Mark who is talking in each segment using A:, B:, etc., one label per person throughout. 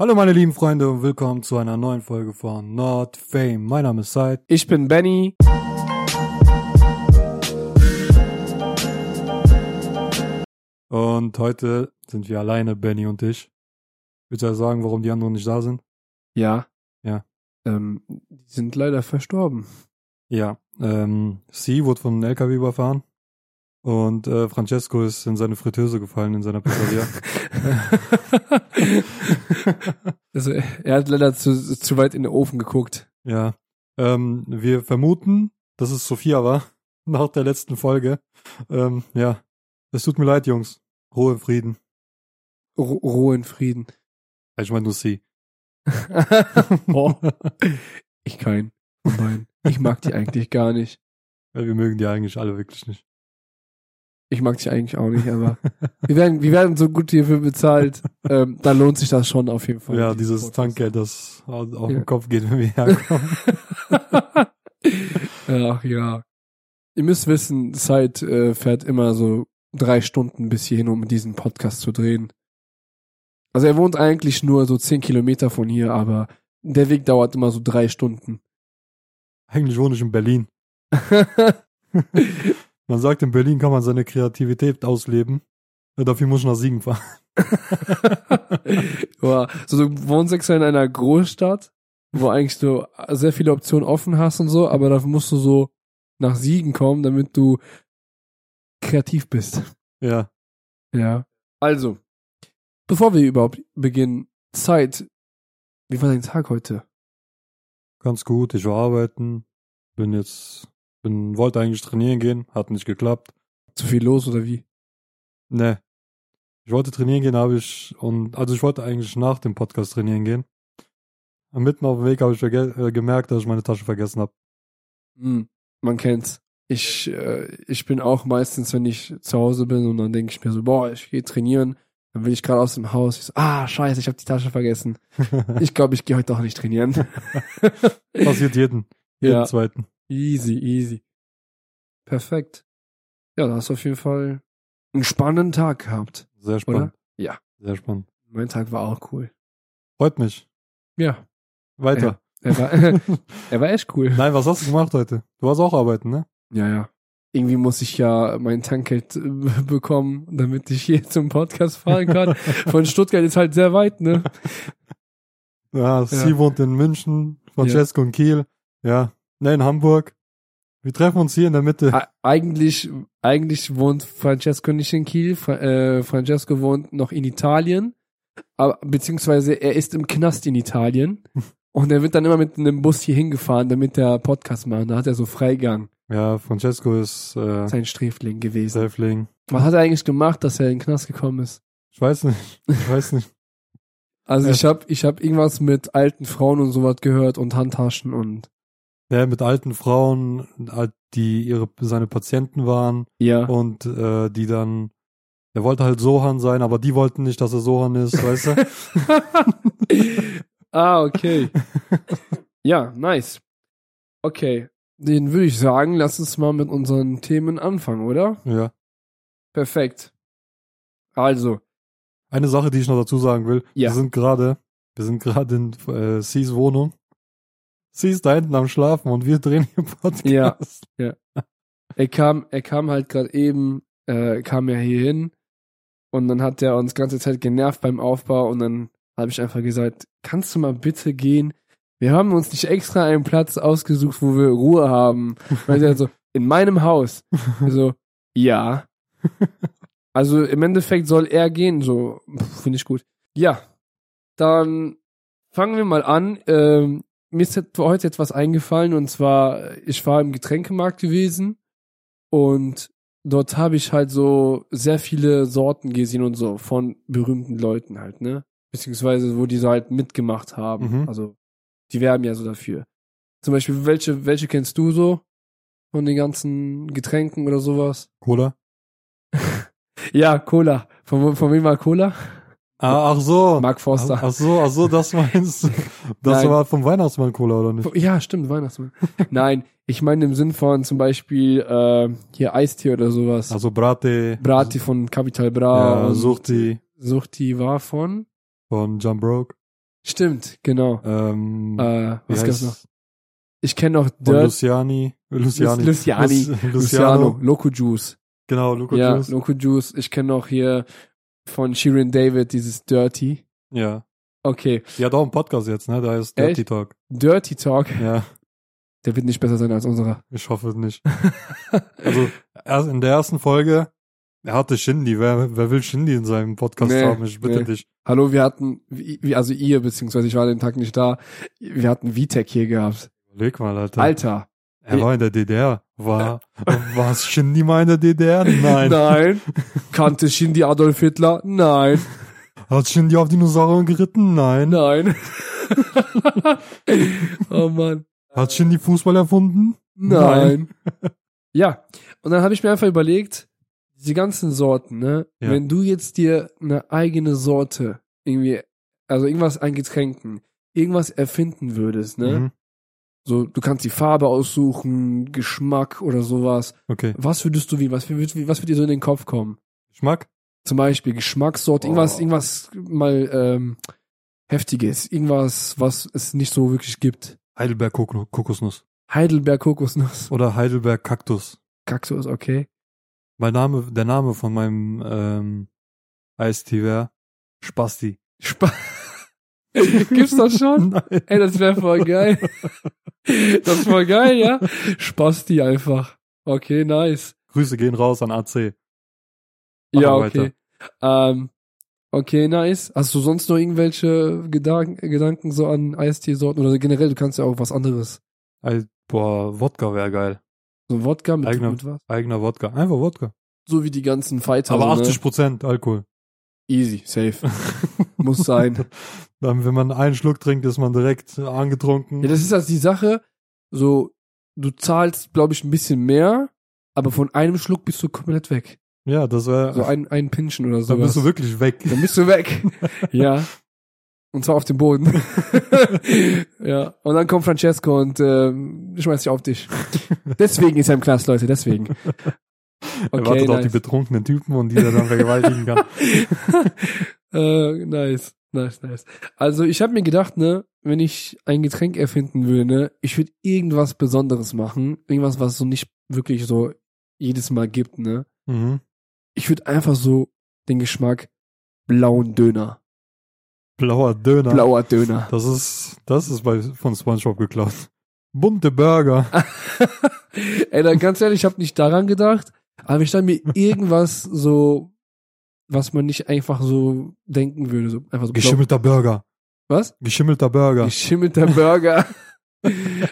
A: Hallo meine lieben Freunde und willkommen zu einer neuen Folge von Not Fame. Mein Name ist Said.
B: Ich bin Benny.
A: Und heute sind wir alleine, Benny und ich. Willst du ja sagen, warum die anderen nicht da sind?
B: Ja.
A: Ja.
B: Ähm, die sind leider verstorben.
A: Ja. Ähm, sie wurde von einem LKW überfahren. Und äh, Francesco ist in seine Fritteuse gefallen, in seiner Pizzeria.
B: Also, er hat leider zu, zu weit in den Ofen geguckt.
A: ja. Ähm, wir vermuten, dass es Sophia war, nach der letzten Folge. Ähm, ja. Es tut mir leid, Jungs. Ruhe im Frieden.
B: Ru- Ruhe in Frieden.
A: Ich meine nur sie. Oh.
B: Boah. Ich kein. Nein. Ich mag die eigentlich gar nicht.
A: Ja, wir mögen die eigentlich alle wirklich nicht.
B: Ich mag dich eigentlich auch nicht, aber wir werden, wir werden so gut hierfür bezahlt. Ähm, da lohnt sich das schon auf jeden Fall.
A: Ja, dieses
B: Podcast.
A: Tankgeld, das auf auf
B: Ja.
A: den Kopf geht, wenn wir herkommen.
B: Ach ja. Ihr müsst wissen, Zeit äh, fährt immer so drei Stunden bis hierhin, um diesen Podcast zu drehen. Also er wohnt eigentlich nur so zehn Kilometer von hier, aber der Weg dauert immer so drei Stunden.
A: Eigentlich wohne ich in Berlin. Man sagt, in Berlin kann man seine Kreativität ausleben. Ja, Dafür muss ich nach Siegen fahren.
B: Boah, so du wohnst extra in einer Großstadt, wo eigentlich du sehr viele Optionen offen hast und so, aber dafür musst du so nach Siegen kommen, damit du kreativ bist.
A: Ja.
B: Ja. Also, bevor wir überhaupt beginnen, Zeit. Wie war dein Tag heute?
A: Ganz gut, ich war arbeiten. Bin jetzt, bin, wollte eigentlich trainieren gehen, hat nicht geklappt.
B: Zu viel los oder wie?
A: Ne. Ich wollte trainieren gehen, habe ich, und, also ich wollte eigentlich nach dem Podcast trainieren gehen. Und Mitten auf dem Weg habe ich verge- äh, gemerkt, dass ich meine Tasche vergessen habe.
B: Hm, man kennt's. Ich, äh, ich bin auch meistens, wenn ich zu Hause bin und dann denke ich mir so, boah, ich gehe trainieren, dann will ich gerade aus dem Haus. Ich so, ah, scheiße, ich habe die Tasche vergessen. Ich glaube, ich gehe heute doch nicht trainieren.
A: Passiert jeden, jeden
B: Ja.
A: zweiten.
B: Easy, easy. Perfekt. Ja, da hast du auf jeden Fall einen spannenden Tag gehabt.
A: Sehr spannend.
B: Ja.
A: Sehr spannend.
B: Mein Tag war auch cool.
A: Freut mich.
B: Ja.
A: Weiter.
B: Er war, er war echt cool.
A: Nein, was hast du gemacht heute? Du warst auch arbeiten, ne?
B: Ja, ja. Irgendwie muss ich ja mein Tankgeld äh, bekommen, damit ich hier zum Podcast fahren kann. Von Stuttgart ist halt sehr weit, ne?
A: Ja, sie wohnt in München, Francesco in Kiel, ja, ne, in Hamburg. Wir treffen uns hier in der Mitte.
B: E- Eigentlich, eigentlich wohnt Francesco nicht in Kiel. Fra äh, Francesco wohnt noch in Italien. Aber, beziehungsweise er ist im Knast in Italien. Und er wird dann immer mit einem Bus hier hingefahren, damit der Podcast machen. Da hat er so Freigang.
A: Ja, Francesco ist äh,
B: Sein Sträfling gewesen.
A: Selfling.
B: Was hat er eigentlich gemacht, dass er in den Knast gekommen ist?
A: Ich weiß nicht, ich weiß nicht.
B: Also
A: Ja.
B: ich habe ich hab irgendwas mit alten Frauen und sowas gehört und Handtaschen und
A: Ja, mit alten Frauen, äh, die ihre seine Patienten waren
B: ja.
A: und äh, die dann, er wollte halt Sohan sein, aber die wollten nicht, dass er Sohan ist, weißt du?
B: ah, okay. ja, nice. Okay, den würde ich sagen, lass uns mal mit unseren Themen anfangen, oder?
A: Ja.
B: Perfekt. Also,
A: Eine Sache, die ich noch dazu sagen will.
B: Ja.
A: Wir sind gerade, wir sind gerade in äh, Sees Wohnung. Sie ist da hinten am Schlafen und wir drehen hier Podcast.
B: Ja. er kam, er kam halt gerade eben, äh, kam ja hier hin und dann hat er uns ganze Zeit genervt beim Aufbau und dann habe ich einfach gesagt, kannst du mal bitte gehen? Wir haben uns nicht extra einen Platz ausgesucht, wo wir Ruhe haben. Weil er so, in meinem Haus. Also, ja. Also im Endeffekt soll er gehen, so finde ich gut. Ja, dann fangen wir mal an. Ähm, mir ist jetzt für heute etwas eingefallen und zwar, ich war im Getränkemarkt gewesen und dort habe ich halt so sehr viele Sorten gesehen und so von berühmten Leuten halt, ne? Beziehungsweise, wo die so halt mitgemacht haben.
A: Mhm.
B: Also, die werben ja so dafür. Zum Beispiel, welche, welche kennst du so? Von den ganzen Getränken oder sowas?
A: Cola?
B: Ja, Cola. Von, wo- von wem war Cola?
A: Ah, ach so.
B: Mark
A: Ach,
B: Forster.
A: ach so, ach so, das meinst du. Das
B: Nein.
A: war vom Weihnachtsmann Cola, oder nicht?
B: Ja, stimmt, Weihnachtsmann. Nein, ich meine im Sinn von zum Beispiel äh, hier Eistee oder sowas.
A: Also Brate.
B: Brati von Capital Bra.
A: Ja,
B: und
A: Suchti
B: Suchti war von?
A: von John Broke.
B: Stimmt, genau.
A: Ähm,
B: Äh,
A: wie
B: was gab's
A: heißt-
B: noch? Ich kenne noch
A: Von
B: Dirt,
A: Luciani. äh, Luciani.
B: Lu- Luciani.
A: Luciano.
B: Luciano, Loco Juice.
A: Genau, Luca
B: ja,
A: Juice.
B: Loco Juice. Ich kenne noch hier von Shirin David dieses Dirty.
A: Ja.
B: Okay,
A: Die hat auch einen Podcast jetzt, ne? Da heißt
B: Echt?
A: Dirty Talk.
B: Dirty Talk,
A: Ja,
B: der wird nicht besser sein als unserer.
A: ich hoffe nicht. also, erst in der ersten Folge, er hatte Shindy. Wer, wer will Shindy in seinem Podcast
B: Nee,
A: haben? Ich bitte
B: nee.
A: dich.
B: Hallo, wir hatten, wie- also ihr, beziehungsweise ich war den Tag nicht da, wir hatten VTech hier gehabt.
A: Überleg mal, Alter.
B: Alter.
A: er war in der DDR. War, war es Shindy mal in der DDR? Nein.
B: Nein. Kannte Shindy Adolf Hitler? Nein.
A: Hat Shindy auf Dinosaurier geritten? Nein.
B: Nein. oh Mann.
A: Hat Shindy Fußball erfunden?
B: Nein. ja. Und dann habe ich mir einfach überlegt, diese ganzen Sorten, ne?
A: Ja.
B: Wenn du jetzt dir eine eigene Sorte irgendwie, also irgendwas an Getränken, irgendwas erfinden würdest, ne?
A: Mhm.
B: So, du kannst die Farbe aussuchen, Geschmack oder sowas.
A: Okay.
B: Was würdest du wie? Was, würd- wie, was würde dir so in den Kopf kommen?
A: Geschmack?
B: Zum Beispiel Geschmackssorte,
A: Oh.
B: irgendwas, irgendwas mal ähm, heftiges, irgendwas, was es nicht so wirklich gibt.
A: Heidelberg Kok- Kokosnuss.
B: Heidelberg Kokosnuss. Oh,
A: Oder Heidelberg Kaktus.
B: Kaktus, okay.
A: Mein Name, der Name von meinem ähm, Eistee wäre Spasti.
B: Spa Gibt's das schon?
A: Nein.
B: Ey, das wäre voll geil. Das ist voll geil, ja? Spasti einfach. Okay, nice.
A: Grüße gehen raus an AC. Mach
B: Ja,
A: mal
B: okay. Ähm, okay, nice. Hast du sonst noch irgendwelche Gedanken, Gedanken so an Eistee-Sorten oder generell, du kannst ja auch was anderes.
A: Ei- Boah, Wodka wäre geil.
B: So ein Wodka mit,
A: Eigener-
B: mit was?
A: Eigener Wodka. Einfach Wodka.
B: So wie die ganzen Fighter.
A: Aber
B: so,
A: 80 Prozent Alkohol.
B: Ne? Easy, safe. Muss sein.
A: Dann, wenn man einen Schluck trinkt, ist man direkt äh, angetrunken.
B: Ja, das ist also die Sache, so, du zahlst, glaube ich, ein bisschen mehr, aber von einem Schluck bist du komplett weg.
A: Ja, das wäre.
B: So ein, ein Pinchen oder
A: dann
B: sowas.
A: bist du wirklich weg.
B: Dann bist du weg. ja. Und zwar auf dem Boden. ja. Und dann kommt Francesco und ähm, schmeißt dich auf dich. Deswegen ist er im Knast, Leute, deswegen.
A: er wartet
B: Okay,
A: auf die
B: nice.
A: betrunkenen Typen und die er dann vergewaltigen kann.
B: äh, nice, nice, nice. Also ich habe mir gedacht, ne, wenn ich ein Getränk erfinden würde, ne, ich würde irgendwas Besonderes machen, irgendwas, was so nicht wirklich so jedes Mal gibt, ne.
A: Mhm.
B: Ich würde einfach so den Geschmack blauen Döner,
A: Blauer Döner.
B: blauer Döner.
A: Das ist, das ist bei, von SpongeBob geklaut. Bunte Burger.
B: Ey, dann ganz ehrlich, ich habe nicht daran gedacht, aber ich stand mir irgendwas so, was man nicht einfach so denken würde, so einfach so blau-
A: Geschimmelter Burger.
B: Was?
A: Geschimmelter Burger.
B: Geschimmelter Burger.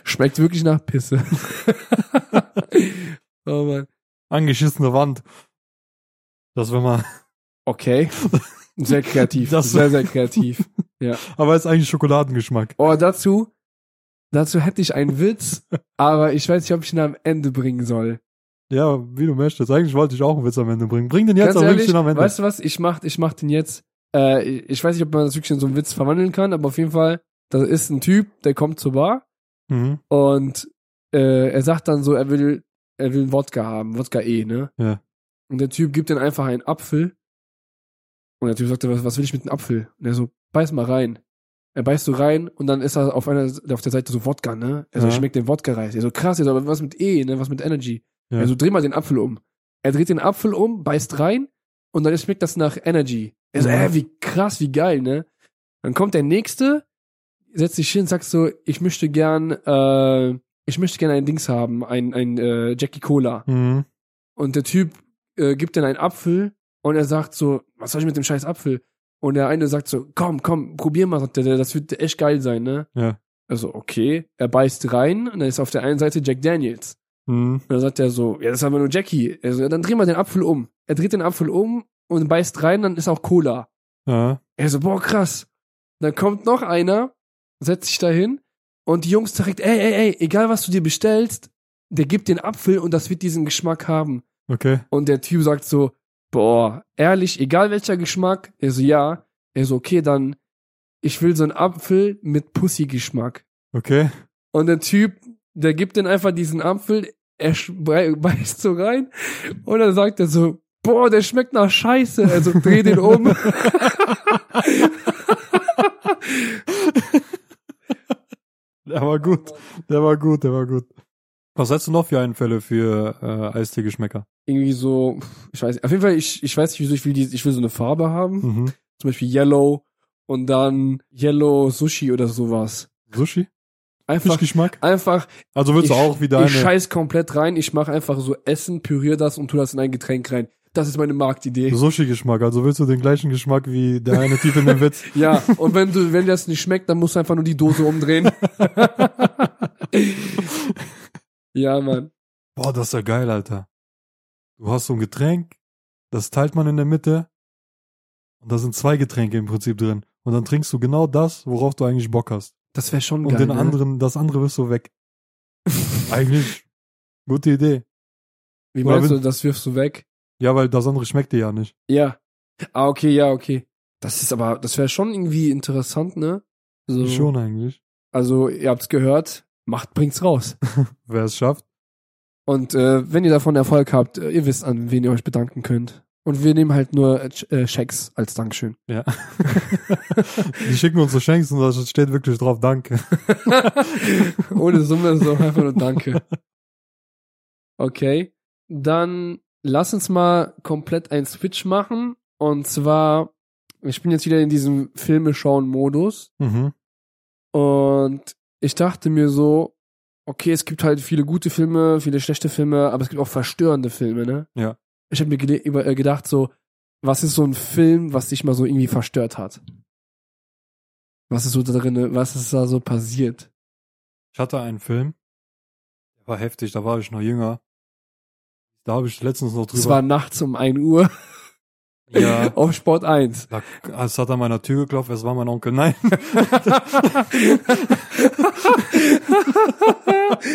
B: Schmeckt wirklich nach Pisse. oh Mann.
A: Angeschissene Wand. Das wenn man,
B: Okay. Sehr kreativ.
A: Das-
B: sehr, sehr kreativ.
A: aber ist eigentlich Schokoladengeschmack.
B: Oh, dazu, dazu hätte ich einen Witz, aber ich weiß nicht, ob ich ihn am Ende bringen soll.
A: Ja, wie du möchtest. Eigentlich wollte ich auch einen Witz am Ende bringen. Bring den jetzt,
B: Ganz
A: aber bring
B: ehrlich,
A: den am Ende.
B: weißt du was? Ich mach, ich mach den jetzt. Äh, ich weiß nicht, ob man das wirklich in so einen Witz verwandeln kann, aber auf jeden Fall, da ist ein Typ, der kommt zur Bar
A: mhm.
B: Und äh, er sagt dann so, er will, er will einen Wodka haben, Wodka E, ne?
A: Ja.
B: Und der Typ gibt dann einfach einen Apfel. Und der Typ sagt, was, was will ich mit einem Apfel? Und er so, beiß mal rein. Er beißt so rein und dann ist er auf einer auf der Seite so Wodka, ne? Er so,
A: Ja.
B: ich schmeckt den Wodka-Reis. Er so, krass, er so, aber was mit E, ne? Was mit Energy?
A: Ja.
B: Er so, dreh mal den Apfel um. Er dreht den Apfel um, beißt rein und dann schmeckt das nach Energy. Er so,
A: Mhm.
B: äh, wie krass, wie geil, ne? Dann kommt der nächste, setzt dich hin, sagst so, ich möchte gern, äh, ich möchte gern ein Dings haben, ein, ein äh, Jackie Cola.
A: Mhm.
B: Und der Typ äh, gibt dann einen Apfel und er sagt so, was soll ich mit dem scheiß Apfel? Und der eine sagt so, komm, komm, probier mal, sagt der, der, das wird echt geil sein, ne?
A: Ja.
B: Also, okay. Er beißt rein und dann ist auf der einen Seite Jack Daniels.
A: Mhm.
B: Und dann sagt er so, ja, das ist aber nur Jackie. Er so, ja, dann dreh mal den Apfel um. Er dreht den Apfel um und beißt rein, dann ist auch Cola.
A: Ja.
B: Er so, boah, krass. Dann kommt noch einer, setzt sich dahin und die Jungs direkt, ey, ey, ey, egal was du dir bestellst, der gibt den Apfel und das wird diesen Geschmack haben.
A: Okay.
B: Und der Typ sagt so, boah, ehrlich, egal welcher Geschmack. Er so, ja. Er so, okay, dann, ich will so einen Apfel mit Pussy-Geschmack.
A: Okay.
B: Und der Typ, der gibt den einfach diesen Apfel, er sch- bei- beißt so rein und dann sagt er so, boah, der schmeckt nach Scheiße, also dreh den um.
A: war gut. Der war gut, der war gut. Was hast du noch für Einfälle für äh, Eistee-Geschmäcker?
B: Irgendwie so, ich weiß, auf jeden Fall, ich, ich weiß nicht, wieso ich will die, ich will so eine Farbe haben.
A: Mhm.
B: Zum Beispiel Yellow und dann Yellow Sushi oder sowas.
A: Sushi?
B: Einfach,
A: Fischgeschmack?
B: einfach,
A: Also willst
B: ich,
A: du auch wieder eine...
B: ich scheiß komplett rein, ich mache einfach so Essen, püriere das und tu das in ein Getränk rein. Das ist meine Marktidee.
A: Sushi-Geschmack, also willst du den gleichen Geschmack wie der eine Typ in dem Witz?
B: Ja, und wenn du, wenn dir das nicht schmeckt, dann musst du einfach nur die Dose umdrehen. ja, Mann.
A: Boah, das ist ja geil, Alter. Du hast so ein Getränk, das teilt man in der Mitte und da sind zwei Getränke im Prinzip drin. Und dann trinkst du genau das, worauf du eigentlich Bock hast.
B: Das wäre schon
A: Und
B: geil.
A: den
B: ne?
A: anderen, das andere wirst du weg. eigentlich gute Idee.
B: Wie
A: Oder
B: meinst
A: wenn-
B: du, das wirfst du weg?
A: Ja, weil das andere schmeckt dir ja nicht.
B: Ja. Ah, okay, ja, okay. Das ist aber, das wäre schon irgendwie interessant, ne? So,
A: Schon eigentlich.
B: Also, ihr habt's gehört, macht, bringt's raus.
A: Wer es schafft.
B: Und äh, wenn ihr davon Erfolg habt, äh, ihr wisst, an wen ihr euch bedanken könnt. Und wir nehmen halt nur äh, Ch- äh, Schecks als Dankeschön.
A: Die schicken uns so Schenks und da steht wirklich drauf, danke.
B: Ohne Summe, so einfach nur Danke. Okay. Dann lass uns mal komplett einen Switch machen. Und zwar, ich bin jetzt wieder in diesem Filme-Schauen-Modus.
A: Mhm.
B: Und ich dachte mir so, okay, es gibt halt viele gute Filme, viele schlechte Filme, aber es gibt auch verstörende Filme, ne?
A: Ja.
B: Ich habe mir gede über äh, gedacht so, was ist so ein Film, was dich mal so irgendwie verstört hat? Was ist so da drin, was ist da so passiert?
A: Ich hatte einen Film, der war heftig, da war ich noch jünger. Da habe ich letztens noch
B: Es
A: drüber.
B: war nachts um 1 Uhr
A: ja,
B: auf Sport 1.
A: da, es hat an meiner Tür geklopft, es war mein Onkel. Nein,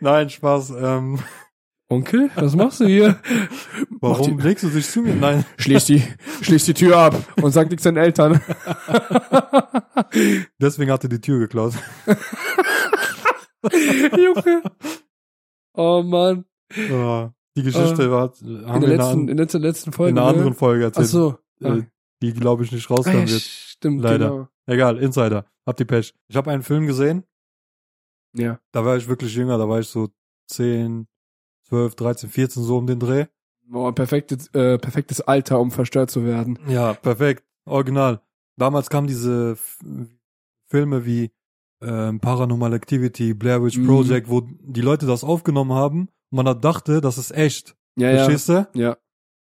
A: nein, Spaß. Ähm,
B: Onkel, was machst du hier?
A: warum legst du dich zu mir? Nein,
B: Schließ die, schließ die Tür ab und sag nichts deinen Eltern.
A: deswegen hat er die Tür geklaut.
B: Junge. Oh Mann.
A: Ja, die Geschichte
B: Äh,
A: war, haben
B: In
A: wir
B: der,
A: in einer,
B: letzten,
A: an-
B: in der letzten Folge.
A: in einer anderen Folge
B: ne? Ach
A: erzählt,
B: so. Ah,
A: äh, die glaube ich nicht
B: ah,
A: rauskommen
B: ja,
A: wird.
B: stimmt,
A: Leider.
B: genau.
A: Egal, Insider, habt die Pech. Ich habe einen Film gesehen,
B: Ja.
A: da war ich wirklich jünger, da war ich so 10, 12, 13, 14, so um den Dreh.
B: Boah, perfektes, äh, perfektes Alter, um verstört zu werden.
A: Ja, perfekt. Original. Damals kamen diese F Filme wie ähm, Paranormal Activity, Blair Witch
B: Mhm.
A: Project, wo die Leute das aufgenommen haben und man da dachte, das ist echt.
B: Ja, ja.
A: Verstehst du?
B: Ja.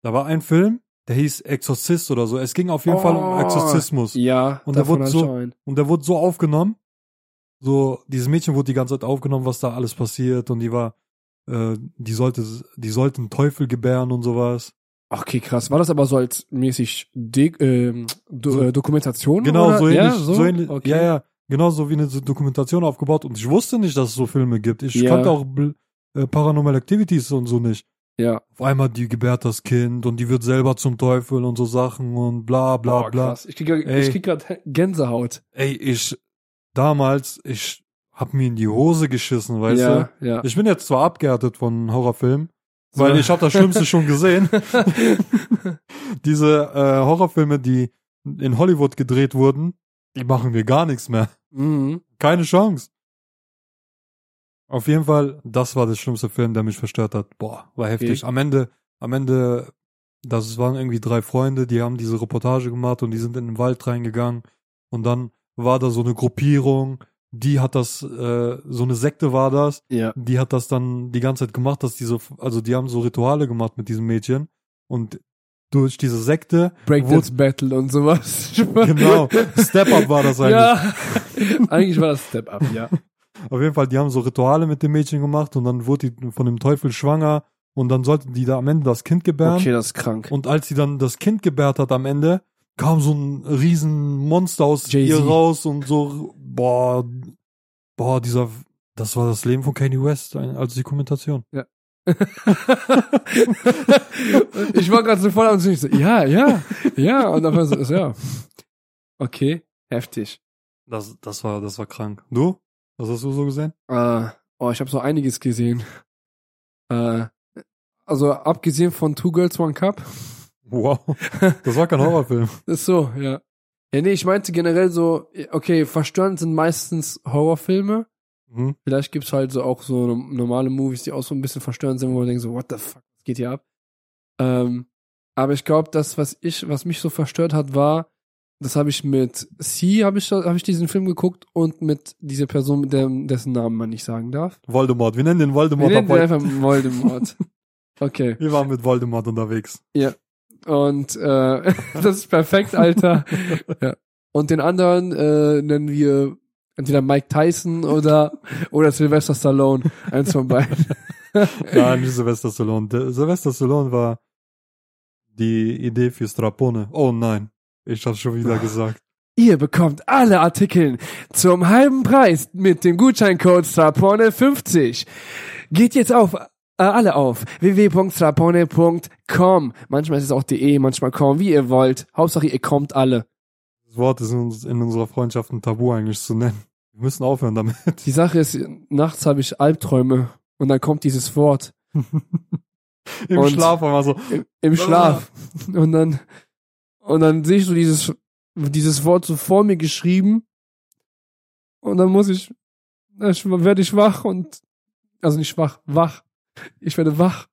A: Da war ein Film, der hieß Exorzist oder so. Es ging auf jeden
B: Oh.
A: Fall um Exorzismus.
B: Ja,
A: Und da
B: davon
A: wurde
B: hab ich
A: so-
B: auch einen.
A: Und der wurde so aufgenommen. So, dieses Mädchen wurde die ganze Zeit aufgenommen, was da alles passiert und die war, äh, die sollte, die sollten Teufel gebären und sowas.
B: Okay, krass. War das aber so als mäßig De ähm, Do
A: So-
B: äh, Dokumentation?
A: Genau,
B: oder?
A: so ähnlich.
B: Ja,
A: so?
B: so?
A: ähnlich
B: Okay.
A: Ja, ja. Genauso wie eine so Dokumentation aufgebaut. Und ich wusste nicht, dass es so Filme gibt. Ich
B: Ja.
A: kannte auch Bl- äh, Paranormal Activities und so nicht.
B: Ja.
A: Auf einmal, die gebärt das Kind und die wird selber zum Teufel und so Sachen und bla bla
B: Boah,
A: bla.
B: krass. Ich krieg, grad-
A: Ey.
B: ich krieg gerade Gänsehaut.
A: Ey, ich damals, ich hab mir in die Hose geschissen, weißt
B: ja,
A: du?
B: ja.
A: Ich bin jetzt zwar abgehärtet von Horrorfilmen,
B: So.
A: weil ich habe das Schlimmste schon gesehen. Diese äh, Horrorfilme, die in Hollywood gedreht wurden, die machen mir gar nichts mehr.
B: mhm.
A: Keine Chance. Auf jeden Fall, das war der schlimmste Film, der mich verstört hat. Boah, war heftig. Am Ende, am Ende, das waren irgendwie drei Freunde, die haben diese Reportage gemacht und die sind in den Wald reingegangen. Und dann war da so eine Gruppierung, die hat das, äh, so eine Sekte war das,
B: Ja.
A: die hat das dann die ganze Zeit gemacht, dass diese, also die haben so Rituale gemacht mit diesem Mädchen. Und durch diese Sekte,
B: Breakdance Battle und sowas.
A: genau, Step Up war das eigentlich.
B: Ja, eigentlich war das Step Up, ja.
A: Auf jeden Fall, die haben so Rituale mit dem Mädchen gemacht und dann wurde die von dem Teufel schwanger und dann sollten die da am Ende das Kind gebären.
B: Okay, das ist krank.
A: Und als sie dann das Kind gebärt hat am Ende, kam so ein riesen Monster aus
B: Jay-Z.
A: ihr raus und so, boah, boah, dieser, das war das Leben von Kanye West, ein- also die Kommentation.
B: ich war gerade so voll am Singen, so, ja, ja, ja, und dann war so, so, ja. Okay, heftig.
A: Das, das war, das war krank. Du? Was hast du so gesehen?
B: Äh, oh, ich habe so einiges gesehen. Äh, also abgesehen von Two Girls One Cup,
A: Wow. Das war kein Horrorfilm.
B: ist so, ja. Ja, nee, ich meinte generell so, okay, verstörend sind meistens Horrorfilme.
A: Mhm.
B: Vielleicht gibt's halt so auch so no- normale Movies, die auch so ein bisschen verstörend sind, wo man denkt so, what the fuck, was geht hier ab? Ähm, aber ich glaube, das, was ich, was mich so verstört hat, war, das habe ich mit Sie, habe ich, da- hab ich diesen Film geguckt und mit dieser Person, mit der, dessen Namen man nicht sagen darf.
A: Voldemort, wir nennen den Voldemort.
B: Wir nennen
A: ab
B: ihn
A: heute.
B: einfach Voldemort. Okay.
A: wir waren mit Voldemort unterwegs.
B: Und äh, das ist perfekt, Alter. ja. Und den anderen äh, nennen wir entweder Mike Tyson oder oder Sylvester Stallone. Eins von beiden.
A: Nein, nicht Sylvester Stallone. Der, Sylvester Stallone war die Idee für Strapone. Oh nein, ich hab's schon wieder gesagt.
B: Ihr bekommt alle Artikel zum halben Preis mit dem Gutscheincode Strapone50. Geht jetzt auf äh, alle auf www.strapone.com. Manchmal ist es auch de, manchmal com, wie ihr wollt. Hauptsache ihr kommt alle.
A: Das Wort ist in, uns, in unserer Freundschaft ein Tabu eigentlich zu nennen. Wir müssen aufhören damit.
B: Die Sache ist, nachts habe ich Albträume und dann kommt dieses Wort.
A: Im
B: Und-
A: Schlaf einmal so.
B: im, im Schlaf. Und dann, und dann sehe ich so dieses, dieses Wort so vor mir geschrieben. Und dann muss ich, dann sch- werde ich wach und, also nicht wach, wach. Ich werde wach.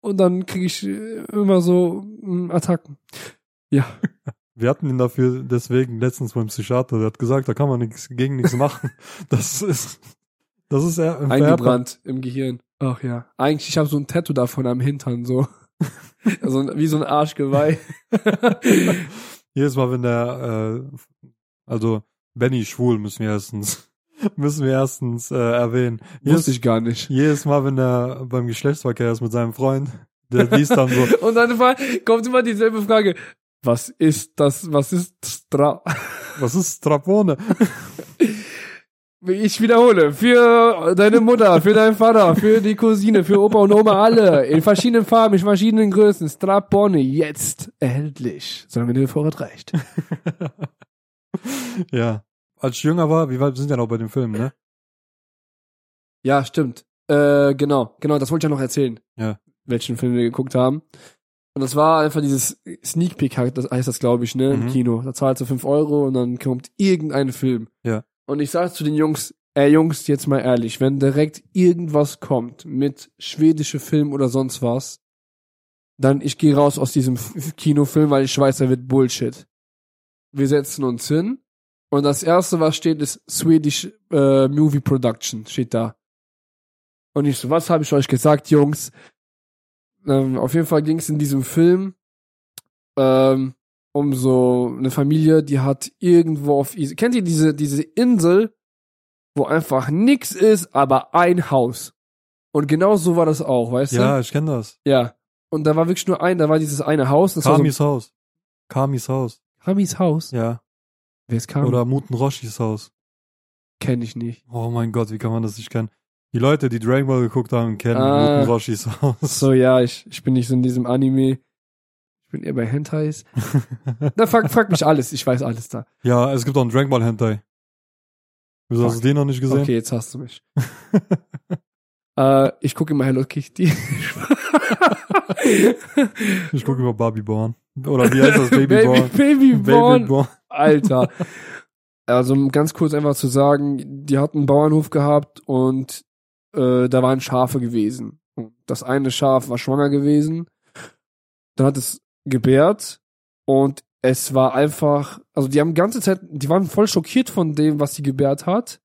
B: Und dann kriege ich äh, immer so mm, Attacken.
A: Wir hatten ihn dafür deswegen letztens beim Psychiater. Der hat gesagt, da kann man nichts gegen nichts machen. Das ist, das ist er.
B: Eingebrannt im Gehirn. Ach ja. Eigentlich, ich habe so ein Tattoo davon am Hintern, so. Also wie so ein Arschgeweih.
A: Jedes Mal, wenn der, äh, also Benny schwul müssen wir erstens, müssen wir erstens äh, erwähnen. Jedes,
B: Wusste ich gar nicht.
A: jedes Mal, wenn er beim Geschlechtsverkehr ist mit seinem Freund, der liest dann so,
B: Und dann war- kommt immer dieselbe Frage. Was ist das? Was ist Stra?
A: was ist Strapone?
B: Ich wiederhole, für deine Mutter, für deinen Vater, für die Cousine, für Opa und Oma, alle, in verschiedenen Farben, in verschiedenen Größen, Strapone, jetzt erhältlich, solange der Vorrat reicht.
A: ja. Als ich jünger war, wie weit wir sind ja noch bei dem Film, ne?
B: Ja, stimmt. Äh, genau, genau, das wollte ich ja noch erzählen.
A: Ja.
B: Welchen Film wir geguckt haben. Und das war einfach dieses Sneak Peek, halt, das heißt das, glaube ich, ne, im
A: Mhm.
B: Kino. Da zahlst du 5 Euro und dann kommt irgendein Film.
A: Ja.
B: Und ich sag zu den Jungs, ey Jungs, jetzt mal ehrlich, wenn direkt irgendwas kommt mit schwedische Film oder sonst was, dann ich gehe raus aus diesem F- Kinofilm, weil ich weiß, da wird Bullshit. Wir setzen uns hin und das erste, was steht, ist Swedish äh, Movie Production, steht da. Und ich so, was habe ich euch gesagt, Jungs? Ähm, auf jeden Fall ging es in diesem Film ähm, um so eine Familie, die hat irgendwo auf Is Kennt ihr diese, diese Insel, wo einfach nix ist, aber ein Haus? Und genau so war das auch, weißt
A: Ja,
B: du?
A: ich kenne das.
B: Ja. Und da war wirklich nur ein, da war dieses eine Haus. Das war so
A: Kamis Haus. Kamis Haus.
B: Kamis Haus.
A: Ja.
B: Wer ist Kami?
A: Oder Muten Roshis Haus.
B: Kenne ich nicht.
A: Oh mein Gott, wie kann man das nicht kennen? Die Leute, die Dragon Ball geguckt haben, kennen
B: Ah.
A: Muten Roshis Haus.
B: So, ja, ich, ich bin nicht so in diesem Anime. Ich bin eher bei Hentais. Na, frag, frag mich alles. Ich weiß alles da.
A: Ja, es gibt auch einen Dragon Ball Hentai. Wieso hast du den noch nicht gesehen?
B: Okay, jetzt hast du mich. äh, ich gucke immer Hello Kitty.
A: Ich gucke über Barbie Born. Oder wie heißt das? Baby Born.
B: Baby Born.
A: Baby Born.
B: Alter. Also um ganz kurz einfach zu sagen, die hatten einen Bauernhof gehabt und äh, da waren Schafe gewesen. Und Das eine Schaf war schwanger gewesen. Dann hat es gebärt und es war einfach, also die haben die ganze Zeit, die waren voll schockiert von dem, was sie gebärt hat.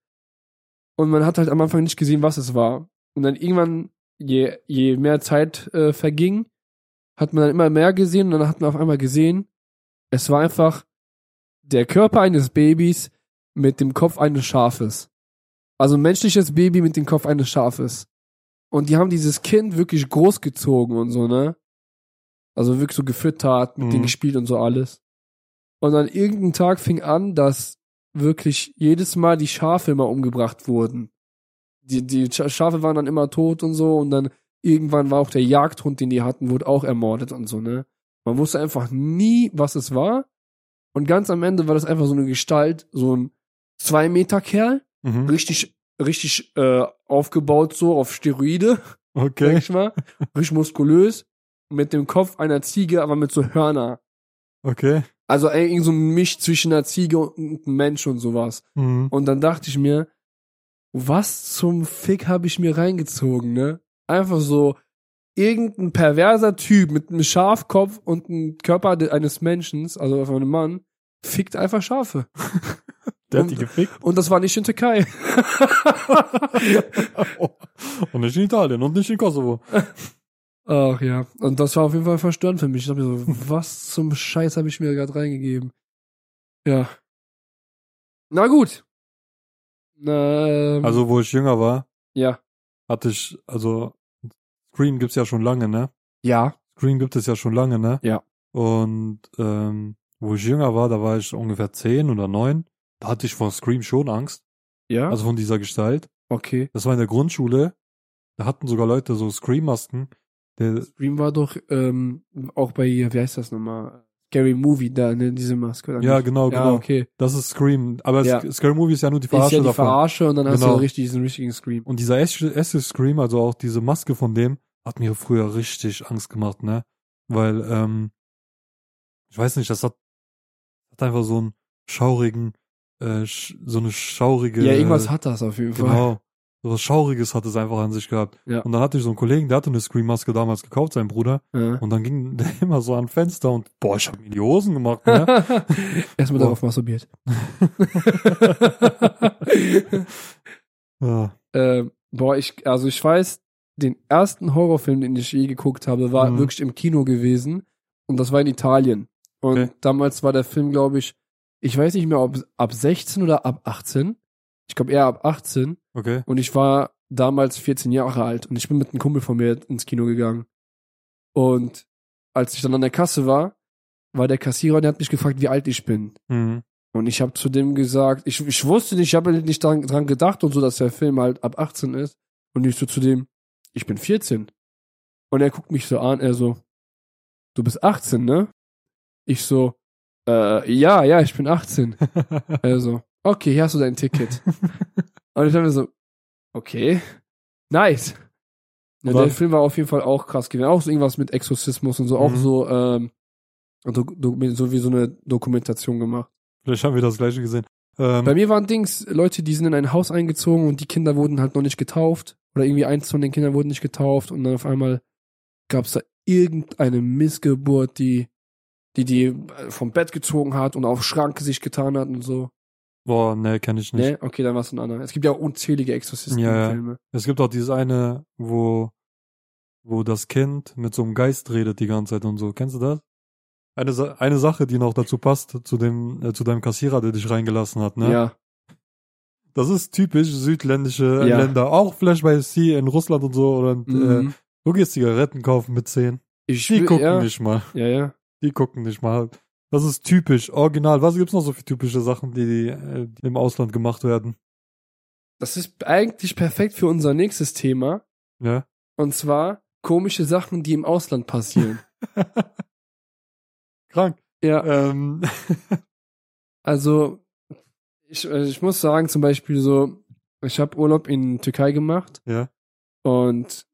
B: Und man hat halt am Anfang nicht gesehen, was es war. Und dann irgendwann, je, je mehr Zeit äh, verging, hat man dann immer mehr gesehen und dann hat man auf einmal gesehen, es war einfach der Körper eines Babys mit dem Kopf eines Schafes. Also ein menschliches Baby mit dem Kopf eines Schafes. Und die haben dieses Kind wirklich großgezogen und so, ne? Also wirklich so gefüttert, mit
A: Mhm.
B: denen gespielt und so alles. Und an irgendeinem Tag fing an, dass wirklich jedes Mal die Schafe immer umgebracht wurden. Die, die Scha- Schafe waren dann immer tot und so und dann irgendwann war auch der Jagdhund, den die hatten, wurde auch ermordet und so, ne? Man wusste einfach nie, was es war. Und ganz am Ende war das einfach so eine Gestalt, so ein zwei Meter Kerl,
A: Mhm.
B: richtig, richtig äh, aufgebaut so auf Steroide, sag
A: Okay,
B: ich mal, richtig muskulös, mit dem Kopf einer Ziege, aber mit so Hörner.
A: okay.
B: Also irgendwie so ein Misch zwischen einer Ziege und einem Mensch und sowas.
A: Mhm.
B: Und dann dachte ich mir, was zum Fick habe ich mir reingezogen, ne? Einfach so irgendein perverser Typ mit einem Schafkopf und einem Körper de- eines Menschen, also von einem Mann, fickt einfach Schafe.
A: Der hat die gefickt.
B: Und das war nicht in Türkei.
A: Und nicht in Italien und nicht in Kosovo.
B: Ach ja, und das war auf jeden Fall verstörend für mich. Ich dachte mir so, was zum Scheiß habe ich mir gerade reingegeben? Ja. Na gut. Ähm,
A: Also, wo ich jünger war,
B: ja.
A: hatte ich, also, Screen gibt's ja schon lange, ne?
B: Ja.
A: Screen gibt es ja schon lange, ne?
B: Ja.
A: Und ähm, wo ich jünger war, da war ich ungefähr zehn oder neun. Da hatte ich vor Scream schon Angst,
B: Ja.
A: also von dieser Gestalt.
B: okay.
A: Das war in der Grundschule. Da hatten sogar Leute so Scream-Masken. Der,
B: Dream war doch ähm, auch bei, wie heißt das nochmal? Scary Movie, da, ne, diese Maske. Oder
A: ja,
B: nicht?
A: genau,
B: Ja,
A: genau.
B: okay.
A: Das ist Scream. Aber
B: Ja.
A: Sc- Scary Movie ist ja nur die
B: Verarsche
A: Verarsche
B: ist ja die
A: davon.
B: Verarsche und dann hast du
A: Genau.
B: richtig diesen richtigen Scream.
A: Und dieser echte echte Scream, also auch diese Maske von dem, hat mir früher richtig Angst gemacht, ne? Weil, ähm, ich weiß nicht, das hat, hat einfach so einen schaurigen, äh, sch, so eine schaurige.
B: Ja, irgendwas hat das auf jeden Fall.
A: Genau. So was Schauriges hat es einfach an sich gehabt.
B: Ja.
A: Und dann hatte ich so einen Kollegen, der hatte eine Scream-Maske damals gekauft, sein Bruder.
B: Ja.
A: Und dann ging der immer so an Fenster und, boah, ich hab mir die Hosen gemacht, ne?
B: Erstmal
A: Boah.
B: darauf masturbiert.
A: ja.
B: Ähm, boah, ich, also ich weiß, den ersten Horrorfilm, den ich je geguckt habe, war
A: Mhm.
B: wirklich im Kino gewesen. Und das war in Italien. Und
A: Okay.
B: damals war der Film, glaube ich, ich weiß nicht mehr, ob ab 16 oder ab 18. Ich glaube eher ab 18.
A: Okay.
B: Und ich war damals 14 Jahre alt und ich bin mit einem Kumpel von mir ins Kino gegangen. Und als ich dann an der Kasse war, war der Kassierer und der hat mich gefragt, wie alt ich bin.
A: Mhm.
B: Und ich habe zu dem gesagt, ich, ich wusste nicht, ich habe nicht dran, dran gedacht und so, dass der Film halt ab 18 ist. Und ich so zu dem, ich bin 14. Und er guckt mich so an, er so, du bist 18, ne? Ich so, äh, ja, ja, ich bin 18. er so, okay, hier hast du dein Ticket. und ich dachte mir so, okay, nice. Ja,
A: War-
B: der Film war auf jeden Fall auch krass gewesen. Auch so irgendwas mit Exorzismus und so, auch
A: Mhm.
B: so, ähm, do, do, so wie so eine Dokumentation gemacht.
A: Vielleicht haben wir das gleiche gesehen. Ähm,
B: Bei mir waren Dings, Leute, die sind in ein Haus eingezogen und die Kinder wurden halt noch nicht getauft. Oder irgendwie eins von den Kindern wurden nicht getauft und dann auf einmal gab es da irgendeine Missgeburt, die, die die äh, vom Bett gezogen hat und auf Schranke sich getan hat und so.
A: boah, ne, kenn ich nicht.
B: Ne? Okay, dann war es ein anderer. Es gibt ja auch unzählige
A: Ja, ja.
B: Exorzisten-Filme.
A: Es gibt auch dieses eine, wo, wo das Kind mit so einem Geist redet die ganze Zeit und so. Kennst du das? Eine, Sa- eine Sache, die noch dazu passt, zu dem, äh, zu deinem Kassierer, der dich reingelassen hat,
B: Ja,
A: ne? Das ist typisch südländische äh,
B: Ja.
A: Länder. Auch vielleicht bei C in Russland und so. Oder, äh,
B: Mhm.
A: du gehst Zigaretten kaufen mit 10.
B: Äh, ich
A: Die
B: will-
A: gucken
B: ja.
A: nicht mal.
B: Ja, ja.
A: Die gucken nicht mal. Das ist typisch, original. Was gibt's noch so für typische Sachen, die, die, äh, die im Ausland gemacht werden?
B: Das ist eigentlich perfekt für unser nächstes Thema.
A: Ja?
B: Und zwar komische Sachen, die im Ausland passieren.
A: Krank.
B: ja.
A: Ähm,
B: Also, ich, äh, ich muss sagen, zum Beispiel so, ich habe Urlaub in Türkei gemacht
A: ja.
B: und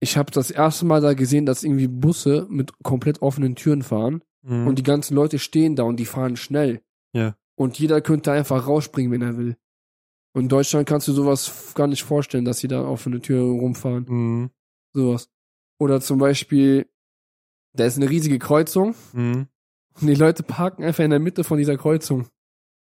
B: ich habe das erste Mal da gesehen, dass irgendwie Busse mit komplett offenen Türen fahren
A: Mhm.
B: und die ganzen Leute stehen da und die fahren schnell.
A: Ja.
B: Und jeder könnte einfach rausspringen, wenn er will. Und in Deutschland kannst du sowas f- gar nicht vorstellen, dass sie da offene Türen rumfahren
A: Mhm.
B: sowas. Oder zum Beispiel, da ist eine riesige Kreuzung
A: Mhm.
B: und die Leute parken einfach in der Mitte von dieser Kreuzung.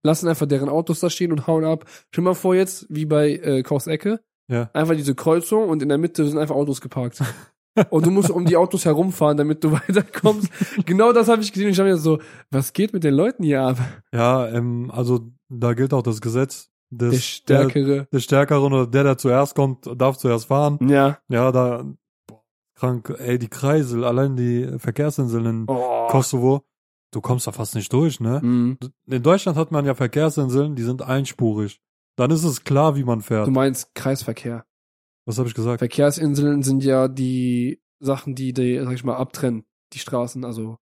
B: Lassen einfach deren Autos da stehen und hauen ab. Stell dir mal vor jetzt, wie bei äh, Kaufs Ecke,
A: Ja.
B: einfach diese Kreuzung und in der Mitte sind einfach Autos geparkt. und du musst um die Autos herumfahren, damit du weiterkommst. genau das habe ich gesehen und ich habe mir so, was geht mit den Leuten hier ab?
A: Ja, ähm, also da gilt auch das Gesetz des
B: Der
A: Der,
B: Stärkere.
A: des Stärkeren oder der, der zuerst kommt, darf zuerst fahren.
B: Ja.
A: Ja, da boah, krank, ey, die Kreisel, allein die Verkehrsinseln in
B: Oh.
A: Kosovo, du kommst da fast nicht durch, ne?
B: Mhm.
A: In Deutschland hat man ja Verkehrsinseln, die sind einspurig. Dann ist es klar, wie man fährt.
B: Du meinst Kreisverkehr.
A: Was habe ich gesagt?
B: Verkehrsinseln sind ja die Sachen, die, die, sag ich mal, abtrennen, die Straßen, also.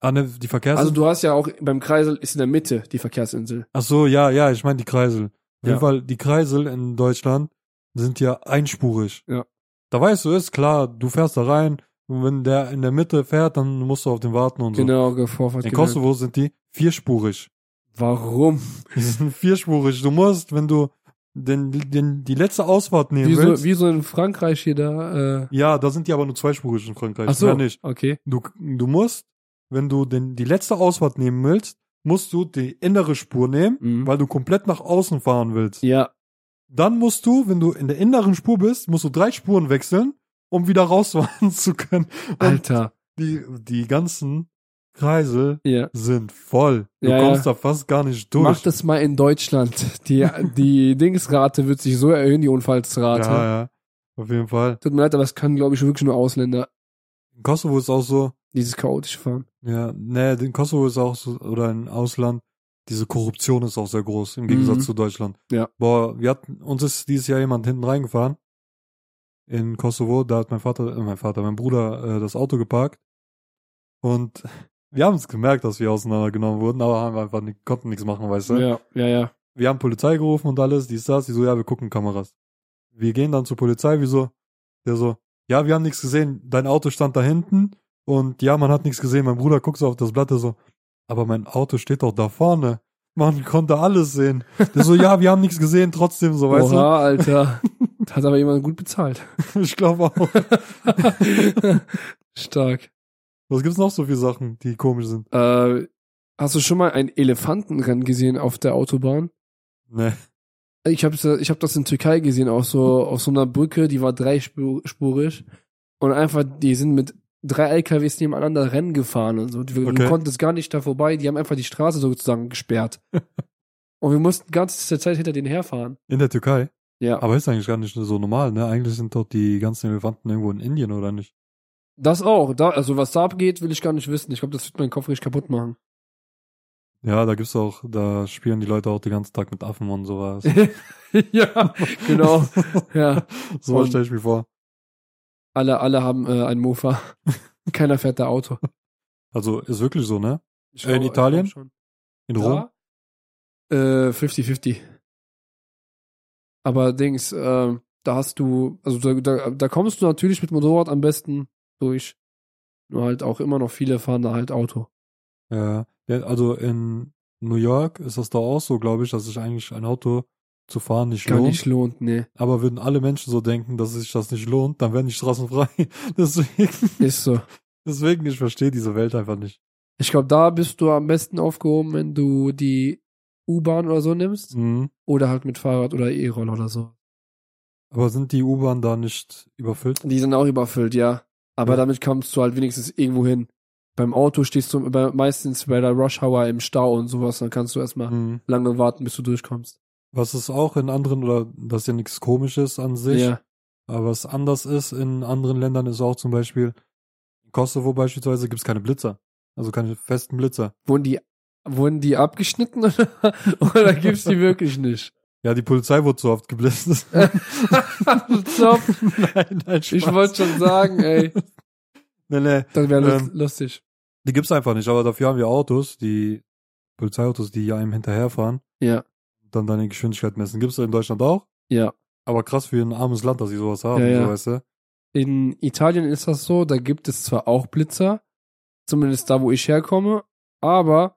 A: Ah, ne, die
B: Also
A: Verkehrsinseln.
B: du hast ja auch beim Kreisel ist in der Mitte die Verkehrsinsel.
A: Ach so, ja, ja, ich meine die Kreisel. Auf
B: Ja.
A: jeden Fall, die Kreisel in Deutschland sind ja einspurig.
B: Ja.
A: Da weißt du, ist klar, du fährst da rein, Und wenn der in der Mitte fährt, dann musst du auf den warten und so.
B: Genau, Vorfahrt.
A: In
B: gewährt.
A: Kosovo sind die vierspurig.
B: Warum?
A: Die sind vierspurig. Du musst, wenn du den, den, die letzte Ausfahrt nehmen
B: Wie so,
A: willst.
B: wie so in Frankreich hier da. Äh,
A: ja, da sind die aber nur zweispurig in Frankreich.
B: ach so,
A: Mehr nicht.
B: okay.
A: Du, du musst, wenn du den, die letzte Ausfahrt nehmen willst, musst du die innere Spur nehmen,
B: Mhm.
A: weil du komplett nach außen fahren willst.
B: Ja,
A: Dann musst du, wenn du in der inneren Spur bist, musst du drei Spuren wechseln, um wieder rausfahren zu können. Und
B: Alter.
A: die, die ganzen Kreisel
B: Ja.
A: sind voll. Du
B: Ja,
A: kommst da fast gar nicht durch.
B: Mach das mal in Deutschland. Die, die Dingsrate wird sich so erhöhen, die Unfallsrate.
A: ja, ja. Auf jeden Fall.
B: Tut mir leid, aber das können, glaube ich, wirklich nur Ausländer,
A: In Kosovo ist auch so,
B: dieses chaotische Fahren.
A: ja, ne, in Kosovo ist auch so, oder im Ausland, diese Korruption ist auch sehr groß, im Gegensatz
B: Mhm.
A: zu Deutschland.
B: Ja.
A: Boah, wir hatten, uns ist dieses Jahr jemand hinten reingefahren. In Kosovo, da hat mein Vater, äh, mein Vater, mein Bruder äh, das Auto geparkt. Und wir haben es gemerkt, dass wir auseinandergenommen wurden, aber haben einfach nicht, konnten nichts machen, weißt du?
B: Ja, ja, ja.
A: wir haben Polizei gerufen und alles, dies, das, die so, ja, wir gucken Kameras. Wir gehen dann zur Polizei, wieso? Der so, ja, wir haben nichts gesehen, dein Auto stand da hinten und ja, man hat nichts gesehen, mein Bruder guckt so auf das Blatt, der so, aber mein Auto steht doch da vorne. Man konnte alles sehen. Der so, ja, wir haben nichts gesehen, trotzdem so, weißt
B: Oha, Alter. Das hat aber jemand gut bezahlt.
A: du? Ich glaube auch.
B: Stark.
A: Was gibt's noch so für Sachen, die komisch sind?
B: Äh, hast du schon mal ein Elefantenrennen gesehen auf der Autobahn?
A: Ne.
B: Ich habe ich hab das in Türkei gesehen, auf so, auf so einer Brücke, die war dreispurig. Und einfach, die sind mit drei LKWs nebeneinander Rennen gefahren und so. Die- Wir
A: Okay.
B: konnten es gar nicht da vorbei, die haben einfach die Straße sozusagen gesperrt. und wir mussten ganze Zeit hinter denen herfahren.
A: In der Türkei?
B: Ja.
A: Aber ist eigentlich gar nicht so normal, ne? Eigentlich sind doch die ganzen Elefanten irgendwo in Indien, oder nicht?
B: Das auch. Da, also was da abgeht, will ich gar nicht wissen. Ich glaube, das wird meinen Kopf richtig kaputt machen.
A: Ja, da gibt's auch, da spielen die Leute auch den ganzen Tag mit Affen und sowas.
B: ja, genau. Ja.
A: So
B: Und-
A: stelle ich mir vor.
B: Alle, alle haben äh, ein Mofa. Keiner fährt da Auto.
A: Also ist wirklich so, ne?
B: Ich
A: Äh, in
B: glaub- ich
A: Italien?
B: glaub schon.
A: In Rom.
B: Da? Äh, 50-50. Aber Dings, ähm, da hast du, also da, da, da kommst du natürlich mit Motorrad am besten durch. Nur halt auch immer noch viele fahren da halt Auto.
A: Ja. Ja, also in New York ist das da auch so, glaube ich, dass sich eigentlich ein Auto zu fahren nicht
B: Gar
A: lohnt.
B: nicht ne. lohnt, nee.
A: Aber würden alle Menschen so denken, dass sich das nicht lohnt, dann wären die Straßen frei. deswegen,
B: Ist so.
A: deswegen, ich verstehe diese Welt einfach nicht.
B: Ich glaube, da bist du am besten aufgehoben, wenn du die U-Bahn oder so nimmst.
A: Mhm.
B: Oder halt mit Fahrrad oder E-Roll oder so.
A: Aber sind die U-Bahn da nicht überfüllt?
B: Die sind auch überfüllt, ja. Aber
A: Ja.
B: damit kommst du halt wenigstens irgendwo hin. Beim Auto stehst du bei, meistens bei der Rush Hour im Stau und sowas, dann kannst du erstmal
A: Mhm.
B: lange warten, bis du durchkommst.
A: Was ist auch in anderen, oder das ist ja nichts komisches an sich,
B: Ja.
A: aber was anders ist in anderen Ländern ist auch zum Beispiel, in Kosovo beispielsweise gibt's keine Blitzer. Also keine festen Blitzer.
B: Wurden die, wurden die abgeschnitten oder, oder gibt's die wirklich nicht?
A: Ja, die Polizei wurde so oft geblitzt.
B: Stopp.
A: nein, nein, Spaß.
B: Ich wollte schon sagen, ey.
A: Nee, nee,
B: Das wäre
A: Ähm.
B: lustig.
A: die gibt's einfach nicht, aber dafür haben wir Autos, die Polizeiautos, die einem hinterherfahren,
B: Ja,
A: dann deine Geschwindigkeit messen. Gibt's in Deutschland auch,
B: ja.
A: aber krass für ein armes Land, dass sie sowas haben,
B: Ja, ja.
A: So, weißt du?
B: In Italien ist das so, da gibt es zwar auch Blitzer, zumindest da, wo ich herkomme, aber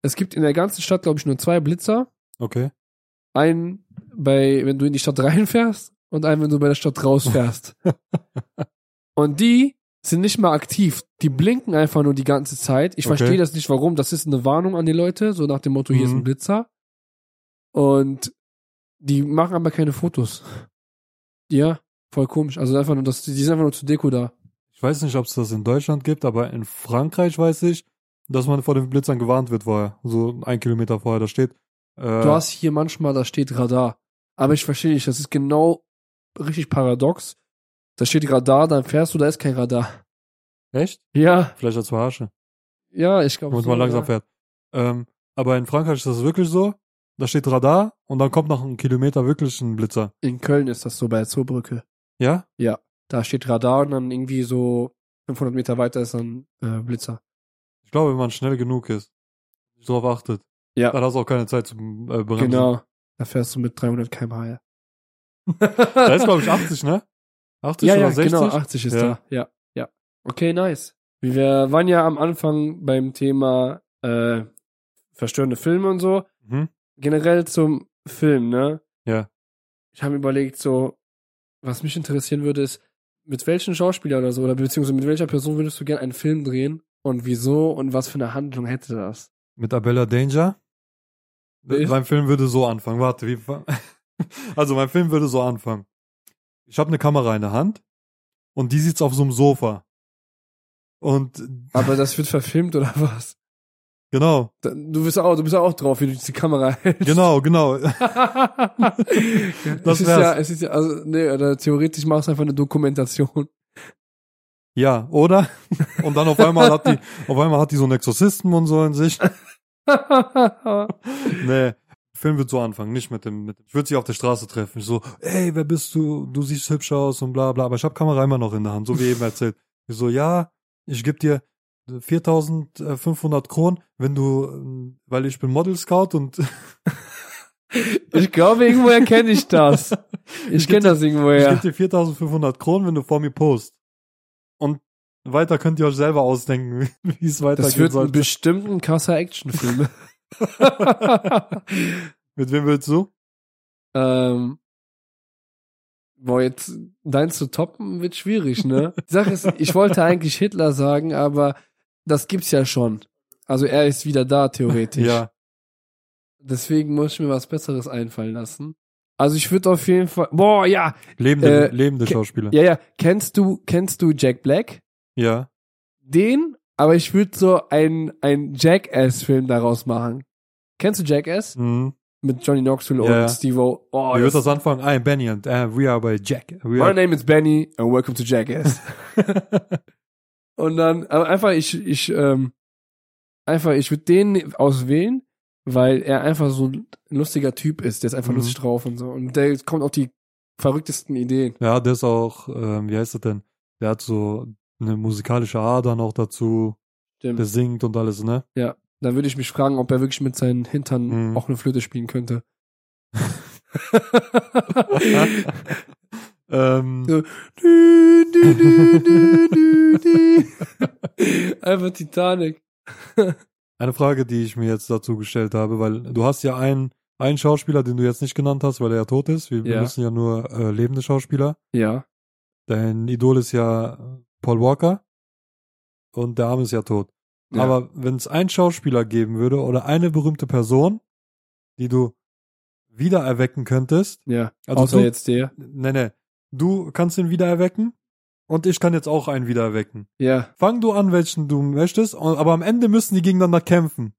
B: es gibt in der ganzen Stadt, glaube ich, nur zwei Blitzer.
A: Okay.
B: Einen bei, wenn du in die Stadt reinfährst und einen, wenn du bei der Stadt rausfährst. und die sind nicht mal aktiv. Die blinken einfach nur die ganze Zeit. Ich
A: Okay.
B: verstehe das nicht, warum. Das ist eine Warnung an die Leute, so nach dem Motto, hier ist
A: Mhm.
B: ein Blitzer. Und die machen aber keine Fotos. Ja, voll komisch. Also einfach nur, das, die sind einfach nur zur Deko da.
A: Ich weiß nicht, ob es das in Deutschland gibt, aber in Frankreich weiß ich, dass man vor den Blitzern gewarnt wird vorher. So ein Kilometer vorher, da steht. Äh,
B: Du hast hier manchmal, da steht Radar. Aber ich verstehe nicht, das ist genau richtig paradox. Da steht Radar, dann fährst du, da ist kein Radar.
A: echt?
B: Ja,
A: Vielleicht als Verarsche.
B: ja, ich glaube.
A: Wenn man langsam fährt. Ähm, aber in Frankreich ist das wirklich so. Da steht Radar und dann kommt nach einem Kilometer wirklich ein Blitzer.
B: In Köln ist das so bei der Zoobrücke.
A: Ja?
B: Da steht Radar und dann irgendwie so 500 Meter weiter ist dann äh, Blitzer.
A: Ich glaube, wenn man schnell genug ist, nicht drauf achtet,
B: Ja.
A: dann hast du auch keine Zeit zum äh, Bremsen.
B: Genau. Da fährst du mit 300 km/h.
A: Da ist, glaube ich, 80, ne? 80
B: ja,
A: oder
B: ja,
A: 60?
B: genau, 80 ist
A: Ja.
B: da. Ja, ja. Okay, nice. Wir waren ja am Anfang beim Thema äh, verstörende Filme und so.
A: Mhm.
B: Generell zum Film, ne?
A: Ja.
B: Ich habe überlegt, so, was mich interessieren würde, ist, mit welchem Schauspieler oder so, oder beziehungsweise mit welcher Person würdest du gerne einen Film drehen und wieso und was für eine Handlung hätte das?
A: Mit Abella Danger?
B: Nee.
A: Mein Film würde so anfangen. Warte, wie. fa- Also, mein Film würde so anfangen. Ich habe eine Kamera in der Hand und die sitzt auf so einem Sofa. Und
B: Aber das wird verfilmt oder was?
A: genau,
B: Da- Du bist auch, du bist auch drauf, wie du die Kamera hältst.
A: genau, genau.
B: das es ist
A: wär's.
B: ja, es ist ja, also, nee, oder theoretisch machst du einfach eine Dokumentation.
A: Ja, oder? Und dann auf einmal hat die, auf einmal hat die so einen Exorzisten und so in sich. Nee, Film wird so anfangen, nicht mit dem, mit, ich würde sie auf der Straße treffen. Ich so, ey, wer bist du? Du siehst hübsch aus und bla bla. Aber ich habe Kamera immer noch in der Hand, so wie eben erzählt. Ich so, ja, ich gebe dir 4500 Kronen, wenn du, ähm, weil ich bin Model Scout und
B: ich glaube, irgendwoher kenne ich das. Ich kenne das
A: ich
B: irgendwoher.
A: gebe dir 4500 Kronen, wenn du vor mir post. Und weiter könnt ihr euch selber ausdenken, wie es
B: Das
A: weitergehen
B: wird ein
A: soll.
B: bestimmt ein krasser Actionfilm.
A: Mit wem willst du?
B: ähm, boah, jetzt deins zu toppen wird schwierig, ne? Die Sache ist, ich wollte eigentlich Hitler sagen, aber das gibt's ja schon. Also er ist wieder da, theoretisch.
A: Ja.
B: Deswegen muss ich mir was Besseres einfallen lassen. Also ich würde auf jeden Fall. Boah, ja,
A: Lebende,
B: Äh,
A: lebende
B: ke-
A: Schauspieler.
B: ja, ja. Kennst du, kennst du Jack Black?
A: Ja.
B: Den, aber ich würde so einen einen Jackass-Film daraus machen. Kennst du Jackass?
A: Mhm.
B: Mit Johnny Knoxville
A: Ja, ja.
B: und Steve O. Oh,
A: Wie wird
B: das-
A: das anfangen? I am Benny and uh, we are by Jack. We
B: My
A: are
B: name is Benny and welcome to Jackass. und dann aber einfach ich ich ähm, einfach ich würde den auswählen, weil er einfach so ein lustiger Typ ist, der ist einfach
A: Mhm.
B: lustig drauf und so und der kommt auf die verrücktesten Ideen.
A: Ja, der ist auch, ähm, wie heißt das denn? Der hat so eine musikalische Ader noch dazu.
B: Stimmt.
A: Der singt und alles, ne?
B: Dann würde ich mich fragen, ob er wirklich mit seinen Hintern
A: Mhm.
B: auch eine Flöte spielen könnte.
A: Ähm,
B: Ja. Du, du, du, du, du, du. Einfach Titanic.
A: eine Frage, die ich mir jetzt dazu gestellt habe, weil du hast ja einen, einen Schauspieler, den du jetzt nicht genannt hast, weil er ja tot ist. Wir
B: Ja.
A: benutzen ja nur äh, lebende Schauspieler.
B: Ja.
A: Dein Idol ist ja Paul Walker und der Arme ist ja tot. Aber wenn es einen Schauspieler geben würde oder eine berühmte Person, die du wieder erwecken könntest,
B: ja.
A: also
B: Außer
A: du-
B: jetzt der.
A: nee, nee, du kannst ihn wieder erwecken und ich kann jetzt auch einen wieder erwecken.
B: Ja.
A: Fang du an, welchen du möchtest, und- aber am Ende müssen die gegeneinander kämpfen.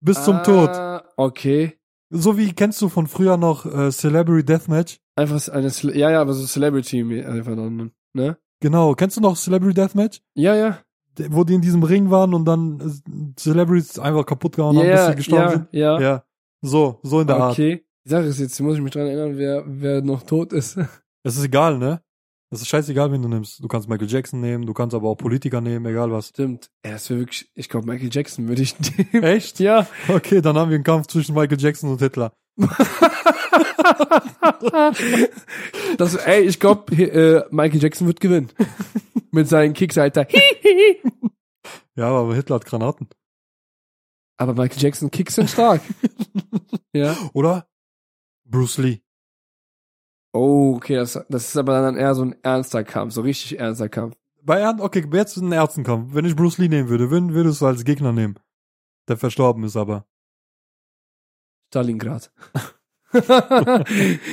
A: Bis zum
B: Ah,
A: Tod.
B: Okay.
A: So wie kennst du von früher noch äh, Celebrity Deathmatch?
B: Einfach so eine Cele ja, ja, aber so Celebrity me- einfach dann, ne?
A: Genau, kennst du noch Celebrity Deathmatch?
B: Ja, ja.
A: D- Wo die in diesem Ring waren und dann äh, Celebrities einfach kaputt gehauen haben, bis
B: ja,
A: sie gestorben
B: ja,
A: sind.
B: ja,
A: Ja. So, so in der Art.
B: Okay. Die Sache ist jetzt, muss ich mich dran erinnern, wer, wer noch tot ist.
A: Es ist egal, ne? Es ist scheißegal, wen du nimmst. Du kannst Michael Jackson nehmen, du kannst aber auch Politiker nehmen, egal was.
B: Stimmt. Ja, das wäre wirklich, ich glaube, Michael Jackson würde ich nehmen.
A: Echt?
B: Ja.
A: Okay, dann haben wir einen Kampf zwischen Michael Jackson und Hitler.
B: das, ey, ich glaube, äh, Michael Jackson wird gewinnen. Mit seinen Kicks, Alter.
A: Ja, aber Hitler hat Granaten.
B: Aber Michael Jackson Kicks sind stark. ja.
A: Oder? Bruce Lee.
B: Oh, okay, das, das ist aber dann eher so ein ernster Kampf, so richtig ernster Kampf.
A: Bei Ern okay, jetzt ein Ärztenkampf. Wenn ich Bruce Lee nehmen würde, wen würdest du als Gegner nehmen? Der verstorben ist aber.
B: Stalingrad.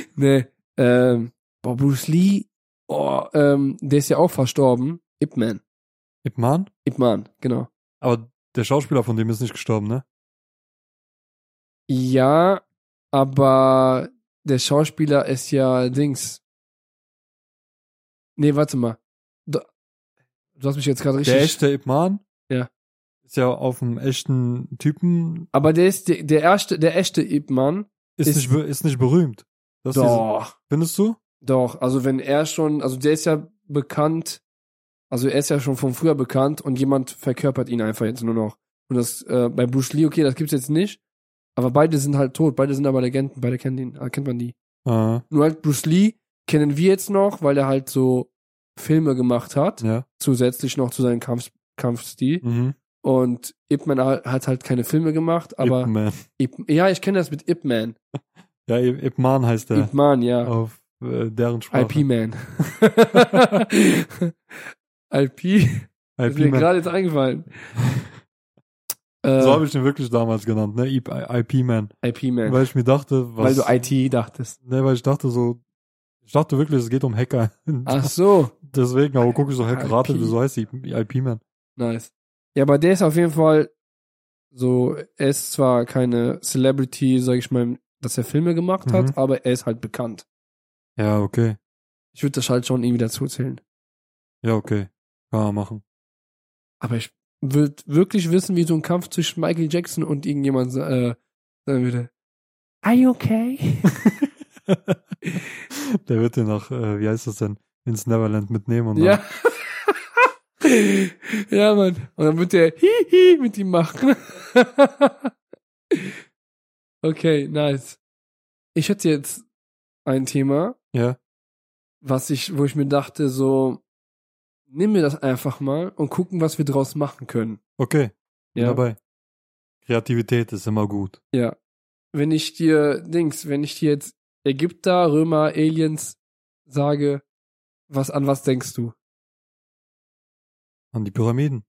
B: nee. Ähm, boah, Bruce Lee, oh, ähm, der ist ja auch verstorben. Ip Man.
A: Ip Man?
B: Ip Man, genau.
A: Aber der Schauspieler von dem ist nicht gestorben, ne?
B: Ja, aber der Schauspieler ist ja Dings. Nee, warte mal. Du, du hast mich jetzt gerade richtig.
A: Der echte Ip Man?
B: Ja.
A: Ist ja auf dem echten Typen,
B: Aber der ist der, der erste, der echte Ip Man.
A: ist,
B: Ist-
A: nicht, be- ist nicht berühmt. Das ist diese,
B: Doch.
A: findest du?
B: Doch, also wenn er schon, also der ist ja bekannt, also er ist ja schon von früher bekannt und jemand verkörpert ihn einfach jetzt nur noch. Und das äh, bei Bruce Lee, okay, das gibt's jetzt nicht, aber beide sind halt tot, beide sind aber Legenden, beide kennen ihn, äh, kennt man die.
A: Ah.
B: Nur halt Bruce Lee kennen wir jetzt noch, weil er halt so Filme gemacht hat,
A: Ja.
B: zusätzlich noch zu seinem Kampf, Kampfstil.
A: Mhm.
B: Und Ip Man hat halt keine Filme gemacht,
A: Ip
B: aber
A: Man.
B: Ip, ja, ich kenne das mit Ip Man.
A: Ja, Ip Ip Man heißt der.
B: Ip Man, ja.
A: Auf äh, deren Sprache.
B: IP-Man. IP, ist mir
A: IP Man.
B: Also gerade jetzt eingefallen. Äh,
A: So habe ich den wirklich damals genannt, ne? Ip- IP Man.
B: IP-Man.
A: Weil ich mir dachte, was.
C: Weil du IT dachtest.
A: ne, weil ich dachte so. Ich dachte wirklich, es geht um Hacker.
B: Ach so,
A: Deswegen, aber guck ich so, hey,
B: IP.
A: rate, wieso heißt die IP Man?
B: nice. Ja, aber der ist auf jeden Fall so, er ist zwar keine Celebrity, sag ich mal, dass er Filme gemacht hat,
A: Mhm.
B: aber er ist halt bekannt.
A: Ja, okay.
B: Ich würde das halt schon irgendwie dazu zählen.
A: Ja, okay. Kann man machen.
B: Aber ich würde wirklich wissen, wie so ein Kampf zwischen Michael Jackson und irgendjemand äh, sagen würde. Are you okay?
A: Der wird den nach, äh, wie heißt das denn, ins Neverland mitnehmen und
B: Ja. ja, Mann. Und dann wird der Hihi mit ihm machen. okay, nice. Ich hätte jetzt ein Thema,
A: dann, ja.
B: was ich, wo ich mir dachte, so, nimm mir das einfach mal und gucken, was wir draus machen können.
A: Okay, bin
B: Ja.
A: dabei. Kreativität ist immer gut.
B: Ja. Wenn ich dir, Dings, wenn ich dir jetzt Ägypter, Römer, Aliens sage, was, an was denkst du?
A: An die Pyramiden.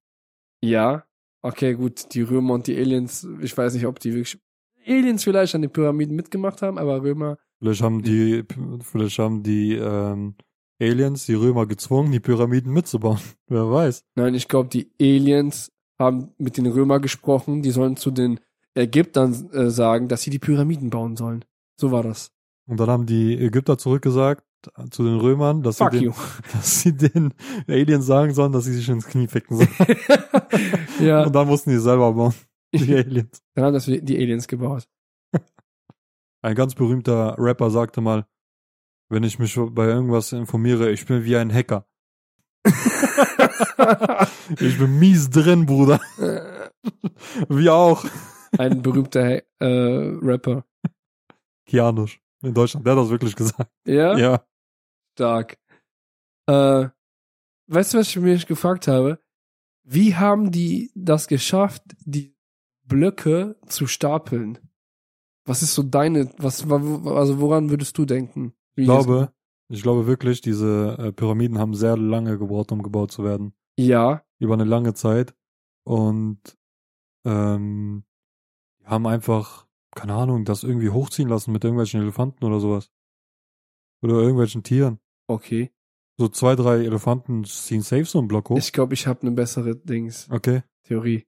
B: Ja. Okay, gut, die Römer und die Aliens, ich weiß nicht, ob die wirklich Aliens vielleicht an den Pyramiden mitgemacht haben, aber Römer,
A: Vielleicht haben die, vielleicht haben die ähm, Aliens die Römer gezwungen, die Pyramiden mitzubauen. Wer weiß.
B: nein, ich glaube, die Aliens haben mit den Römer gesprochen, die sollen zu den Ägyptern äh, sagen, dass sie die Pyramiden bauen sollen. So war das.
A: Und dann haben die Ägypter zurückgesagt äh, zu den Römern, dass sie,
B: Fuck
A: den,
B: you.
A: dass sie den Aliens sagen sollen, dass sie sich ins Knie ficken sollen.
B: ja,
A: Und dann mussten die selber bauen, die Aliens.
B: dann haben das die Aliens gebaut.
A: Ein ganz berühmter Rapper sagte mal, wenn ich mich bei irgendwas informiere, ich bin wie ein Hacker. Ich bin mies drin, Bruder.
B: Äh.
A: Wie auch
B: Ein berühmter äh, Rapper.
A: Kianusch in Deutschland. Der hat das wirklich gesagt.
B: Ja?
A: Ja.
B: Stark. Äh, weißt du, was ich mich gefragt habe? Wie haben die das geschafft, die Blöcke zu stapeln? Was ist so deine, was, wa- wo- also woran würdest du denken? Wie
A: Ich glaube, ich glaube wirklich, diese äh, Pyramiden haben sehr lange gebraucht, um gebaut zu werden.
B: Ja,
A: Über eine lange Zeit. Und ähm, die haben einfach, keine Ahnung, das irgendwie hochziehen lassen mit irgendwelchen Elefanten oder sowas. Oder irgendwelchen Tieren.
B: okay.
A: So zwei, drei Elefanten ziehen safe so einen Block hoch.
B: Ich glaube, ich habe eine bessere Dings,
A: Okay.
B: Theorie.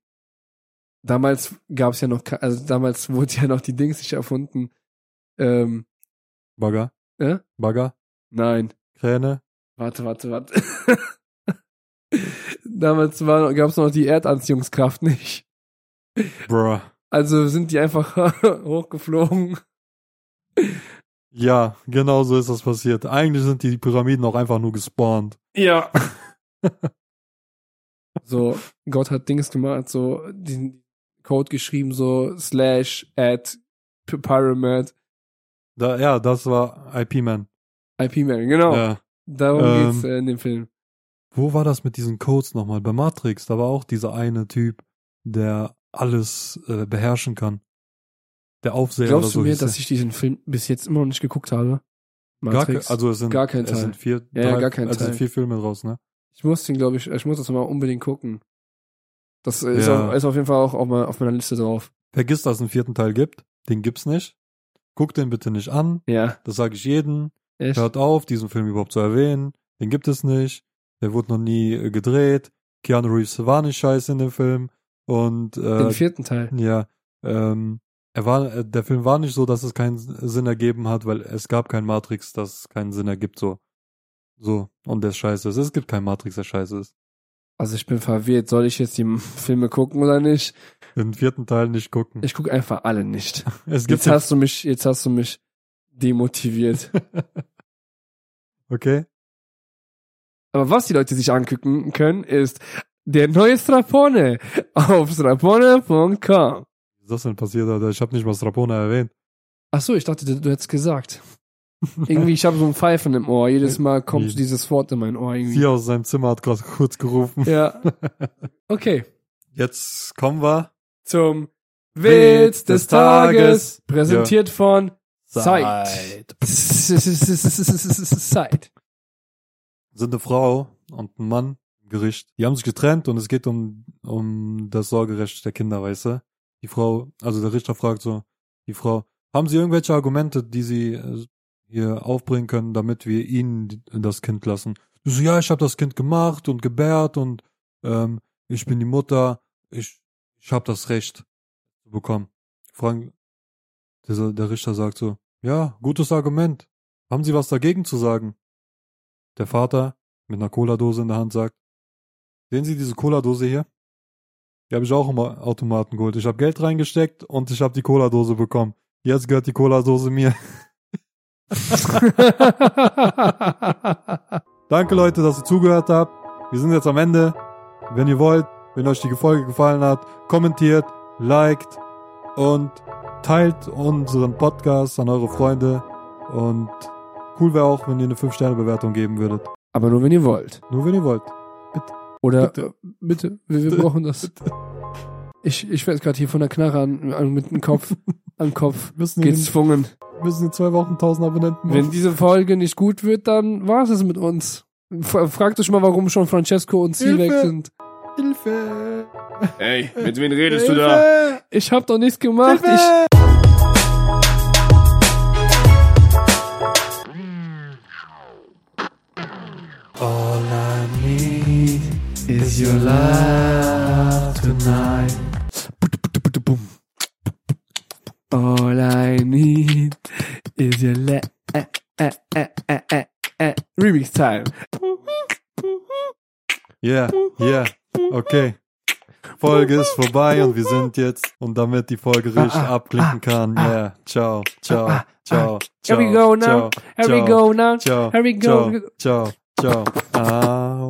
B: Damals gab es ja noch, ke- also damals wurde ja noch die Dings nicht erfunden. Ähm,
A: Bagger.
B: Äh?
A: Bagger.
B: nein.
A: Kräne.
B: Warte, warte, warte. Damals gab es noch die Erdanziehungskraft nicht.
A: Bruh.
B: Also sind die einfach hochgeflogen.
A: Ja, genau so ist das passiert. Eigentlich sind die Pyramiden auch einfach nur gespawnt.
B: Ja. so, Gott hat Dings gemacht, so den Code geschrieben, so slash at p- pyramid
A: Da, ja, das war IP-Man.
B: IP-Man, genau.
A: Ja.
B: Darum
A: Ähm.
B: geht's äh, in dem Film.
A: Wo war das mit diesen Codes nochmal? Bei Matrix, da war auch dieser eine Typ, der alles äh, beherrschen kann. Der Aufseher
B: Glaubst du
A: oder so.
B: mir,
A: hieß
B: dass
A: er.
B: ich diesen Film bis jetzt immer noch nicht geguckt habe?
A: gar,
B: Matrix.
A: ke- also es sind,
B: Gar kein
A: es
B: Teil.
A: sind vier,
B: Ja, ja,
A: drei,
B: gar kein
A: es sind
B: Teil.
A: vier Filme draus, ne?
B: Ich muss den, glaube ich, äh, ich muss das mal unbedingt gucken. Das äh, ist,
A: Ja.
B: auf, ist auf jeden Fall auch auf meiner, auf meiner Liste drauf.
A: Vergiss, dass es einen vierten Teil gibt. Den gibt's nicht. Guck den bitte nicht an.
B: Ja.
A: Das sage ich jedem.
B: Echt?
A: Hört auf, diesen Film überhaupt zu erwähnen. Den gibt es nicht. Der wurde noch nie äh, gedreht. Keanu Reeves war nicht scheiße in dem Film. Und
B: Den
A: äh,
B: vierten Teil.
A: ja, ähm, er war, äh, der Film war nicht so, dass es keinen Sinn ergeben hat, weil es gab kein Matrix, das keinen Sinn ergibt. So, so und der ist scheiße ist. Es gibt kein Matrix, der scheiße ist.
B: Also ich bin verwirrt. Soll ich jetzt die Filme gucken oder nicht?
A: Den vierten Teil nicht gucken.
B: Ich gucke einfach alle nicht.
A: es gibt
B: Jetzt hast du mich, jetzt hast du mich demotiviert.
A: okay.
B: Aber was die Leute sich angucken können, ist der neue Strapone auf strapone.com.
A: Was ist das denn passiert, Alter? Ich habe nicht mal Strapone erwähnt.
B: Ach so, ich dachte, du, du hättest gesagt. Irgendwie, ich habe so ein Pfeifen im Ohr. Jedes Mal kommt dieses Wort in mein Ohr irgendwie.
A: Sie aus seinem Zimmer hat gerade kurz gerufen.
B: Ja. Okay.
A: Jetzt kommen wir.
B: Zum
A: Witz
B: Witz
A: des
B: des
A: Tages.
B: Tages. Präsentiert von Zeit.
A: Zeit.
B: Zeit.
A: Sind eine Frau und ein Mann im Gericht. Die haben sich getrennt und es geht um, um das Sorgerecht der Kinder, weißt du? Die Frau, also der Richter fragt so, die Frau, haben Sie irgendwelche Argumente, die Sie äh, hier aufbringen können, damit wir Ihnen die- das Kind lassen? Die so, ja, ich habe das Kind gemacht und gebärt und ähm, ich bin die Mutter, ich, ich habe das Recht zu bekommen. Fragen, dieser, der Richter sagt so, ja, gutes Argument. Haben Sie was dagegen zu sagen? Der Vater mit einer Cola-Dose in der Hand sagt, sehen Sie diese Cola-Dose hier? Die habe ich auch im Au- Automaten geholt. Ich habe Geld reingesteckt und ich habe die Cola-Dose bekommen. Jetzt gehört die Cola-Dose mir. Danke Leute, dass ihr zugehört habt. Wir sind jetzt am Ende. Wenn ihr wollt, wenn euch die Folge gefallen hat, kommentiert, liked und teilt unseren Podcast an eure Freunde. Und cool wäre auch, wenn ihr eine 5-Sterne-Bewertung geben würdet.
B: Aber nur wenn ihr wollt.
A: Nur wenn ihr wollt.
B: Oder
A: Bitte.
B: bitte, wir, wir brauchen das. Ich, ich werde gerade hier von der Knarre an, an mit dem Kopf am Kopf
A: Wir müssen, in,
B: gezwungen.
A: müssen in zwei Wochen 1000 Abonnenten
B: Wenn
A: machen.
B: diese Folge nicht gut wird, dann war es mit uns. Fra- Fragt euch mal, warum schon Francesco und Sie weg
A: Hilfe.
B: sind.
A: Hilfe!
C: Ey, mit wem redest du da?
A: Hilfe!
B: Ich hab doch nichts gemacht. Ich,
A: Hilfe! All I need is your love tonight.
B: All I need is your la eh, eh, eh, eh, eh, eh. Remix Time.
A: Yeah, yeah, okay. Folge ist vorbei und wir sind jetzt, und damit die Folge
B: Ah,
A: richtig abklinken kann, yeah, ciao, ciao, ciao, ciao,
B: ah. Here we go now.
A: ciao,
B: Here we
A: ciao,
B: go now.
A: ciao,
B: Here we
A: ciao,
B: go.
A: ciao, ciao, au.